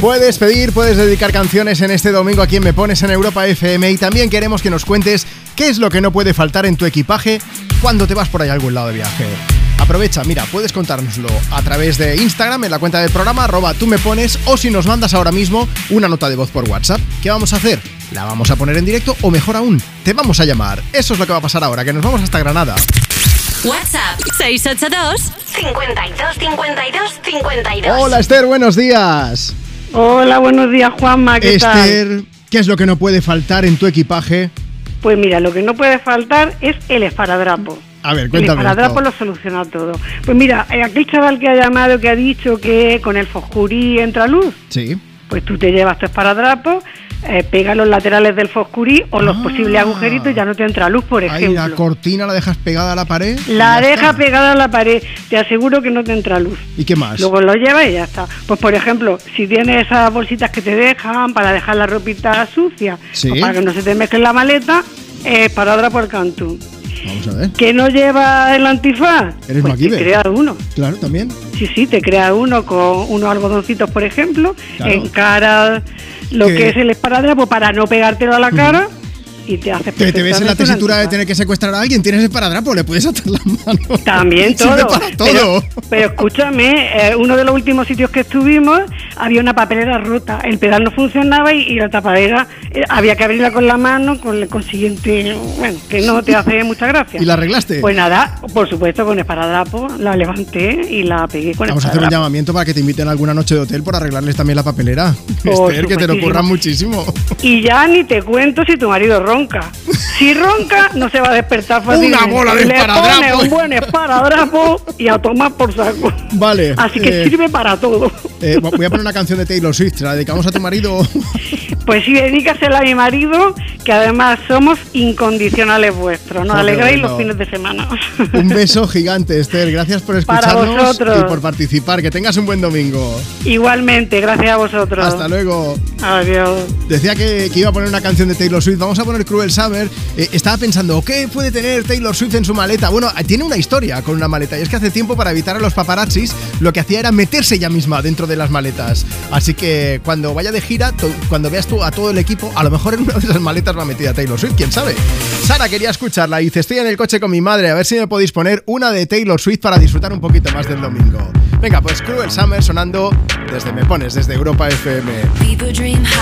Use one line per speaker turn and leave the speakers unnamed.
Puedes pedir, puedes dedicar canciones en este domingo a quien me pones en Europa FM y también queremos que nos cuentes qué es lo que no puede faltar en tu equipaje cuando te vas por ahí a algún lado de viaje. Aprovecha, mira, puedes contárnoslo a través de Instagram en la cuenta del programa arroba tú me pones o si nos mandas ahora mismo una nota de voz por WhatsApp. ¿Qué vamos a hacer? ¿La vamos a poner en directo o mejor aún, te vamos a llamar? Eso es lo que va a pasar ahora, que nos vamos hasta Granada.
WhatsApp 682 52 52 52.
Hola Esther, buenos días.
Hola, buenos días, Juanma. ¿Qué
Esther,
tal?
¿qué es lo que no puede faltar en tu equipaje?
Pues mira, lo que no puede faltar es el esparadrapo.
A ver, cuéntame.
El esparadrapo
esto.
lo soluciona todo. Pues mira, eh, aquel chaval que ha llamado, que ha dicho que con el foscurí entra luz,
Sí.
pues tú te llevas tu esparadrapo, eh, pega los laterales del foscurí o los
Ah.
posibles agujeritos y ya no te entra luz, por
Ahí
ejemplo.
la cortina la dejas pegada a la pared. y
La
ya
deja
está.
pegada a la pared, te aseguro que no te entra luz.
¿Y qué más?
Luego lo llevas y ya está. Pues por ejemplo, si tienes esas bolsitas que te dejan para dejar la ropita sucia,
Sí.
pues, para que no se te mezcle la maleta, eh, para por cantú.
Vamos a ver.
¿Que no lleva el antifaz?
Eres
pues te
MacGyver.
crea uno.
Claro, también.
Sí, sí, te crea uno con unos algodoncitos, por ejemplo,
Claro.
en cara lo
Que-
que es el esparadrapo para no pegártelo a la cara y te hace
Te, te ves en la
perfectamente un
tesitura de
antifaz.
tener que secuestrar a alguien, tienes el paradrapo, le puedes atar la mano.
También todo.
Sirve para todo.
Pero, pero escúchame, eh, uno de los últimos sitios que estuvimos había una papelera rota, el pedal no funcionaba y, y la tapadera eh, había que abrirla con la mano, con el consiguiente, bueno, que no te hace mucha gracia.
¿Y la arreglaste?
Pues nada, por supuesto, con esparadrapo la levanté y la pegué con
Vamos a hacer un
esparadrapo.
llamamiento para que te inviten a alguna noche de hotel por arreglarles también la papelera.
Por
Esther, que te lo
supuestísimo.
ocurra muchísimo.
Y ya ni te cuento si tu marido ronca. Si ronca, no se va a despertar
Una
fácilmente.
bola de
Le
esparadrapo.
pone un buen esparadrapo y a tomar por saco.
Vale,
Así que
eh,
sirve para todo.
Eh, voy a poner una canción de Taylor Swift, ¿se la dedicamos a tu marido.
Pues sí, dedícasela a mi marido, que además somos incondicionales vuestros. Nos
Joder,
alegráis
Ah, bueno.
los fines de semana.
Un beso gigante, Esther. Gracias por
Para
escucharnos
vosotros.
y por participar. Que tengas un buen domingo.
Igualmente, gracias a vosotros.
Hasta luego.
Adiós.
Decía que, que iba a poner una canción de Taylor Swift. Vamos a poner Cruel Summer. Eh, estaba pensando, ¿qué puede tener Taylor Swift en su maleta? Bueno, eh, tiene una historia con una maleta. Y es que hace tiempo, para evitar a los paparazzis, lo que hacía era meterse ella misma dentro de las maletas. Así que cuando vaya de gira, to- cuando veas tú a todo el equipo, a lo mejor en una de esas maletas va metida Taylor Swift, quién sabe. Sara quería escucharla. Y dice: Estoy en el coche con mi madre, a ver si me podéis poner una de Taylor Swift para disfrutar un poquito más del domingo. Venga, pues Cruel Summer sonando desde Me Pones, desde Europa FM.
People dream high.